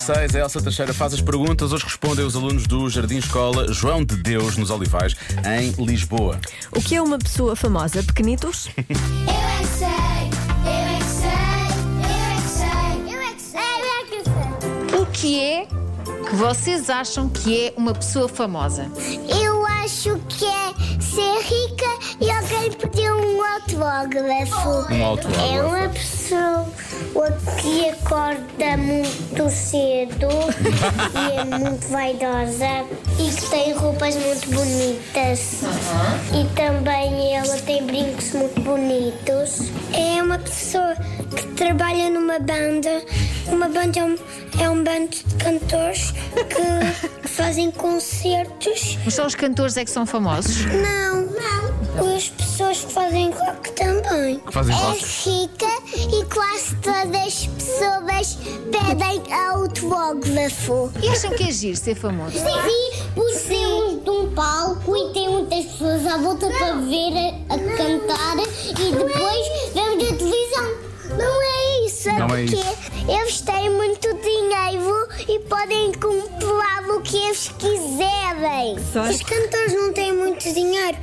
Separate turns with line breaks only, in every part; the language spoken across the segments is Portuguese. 16, a é Elsa Teixeira faz as perguntas. Hoje respondem os alunos do Jardim Escola João de Deus nos Olivais, em Lisboa.
O que é uma pessoa famosa? Pequenitos?
Eu é que sei, eu é que sei, eu é que sei, eu é que sei, eu é que sei,
O que é que vocês acham que é uma pessoa famosa?
Eu acho que é ser rica e alguém pedir um autógrafo.
Um autógrafo.
É uma pessoa que acorda muito cedo e é muito vaidosa e que tem roupas muito bonitas. E também ela tem brincos muito bonitos. É uma pessoa que trabalha numa banda. Uma banda é um, é um bando de cantores que fazem concertos.
Mas só os cantores é que são famosos?
Não, não. As pessoas que fazem rock também.
Que fazem rock.
É rica e quase todas as pessoas pedem autógrafo.
E acham que é giro ser famoso?
Sim, por ser de um palco e tem muitas pessoas à volta para ver a, cantar e depois vemos a televisão. é Não é isso, é
Não é
porque
isso.
eles têm muito dinheiro e podem comprar o que eles quiserem.
Só-
Os cantores não têm muito dinheiro,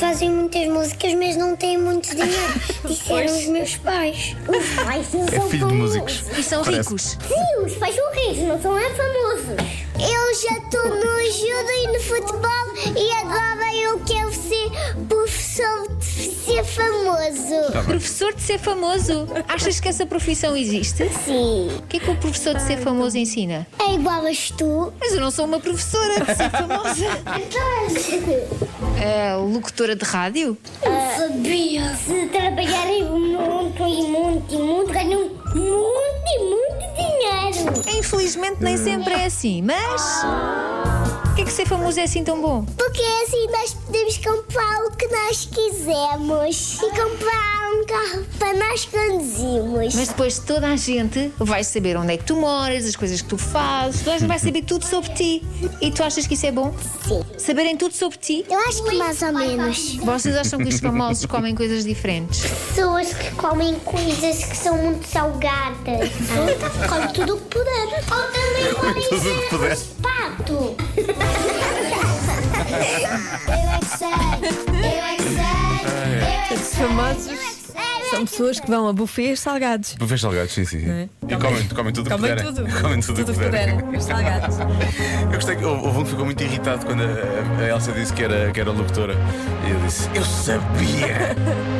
fazem muitas músicas, mas não têm muito dinheiro. Disseram os meus pais. Os pais não
É filho de músicos.
E são
Parece.
ricos?
Sim, os pais são ricos, não são é famosos. Eu já estou no judo e no futebol e agora eu quero ser professor de ser famoso.
Professor de ser famoso? Achas que essa profissão existe?
Sim.
O que é que o professor de ser famoso ensina?
É igual as tu.
Mas eu não sou uma professora de ser famosa.
Então,
É, locutora de rádio?
Sabia. Ah. Se trabalharem muito e muito e muito, ganham muito e muito dinheiro.
É, Infelizmente nem sempre é assim, mas. O que é que ser famoso é assim tão bom?
Porque assim nós podemos comprar o que nós quisermos e comprar um carro para nós conduzirmos.
Mas depois toda a gente vai saber onde é que tu moras, as coisas que tu fazes, toda a gente vai saber tudo sobre ti. E tu achas que isso é bom?
Sim.
Saberem tudo sobre ti?
Eu acho que mais ou menos.
Vocês acham que os famosos comem coisas diferentes?
Pessoas que comem coisas que são muito salgadas. Ah, então Come tudo o que puder. Ou também comem
tudo o que puder.
cenas de pato. Eu é que sei. Eu é que sei. Eu é que
Os famosos
sei.
são pessoas que vão a buffets salgados.
Bufês salgados, sim, sim. sim. E é? comem, comem tudo o que
Comem
puderem.
tudo.
Comem tudo o que puderem.
Os salgados.
Eu gostei que houve houve um que ficou muito irritado quando a, a Elsa disse que era, que era locutora. E eu disse: Eu sabia!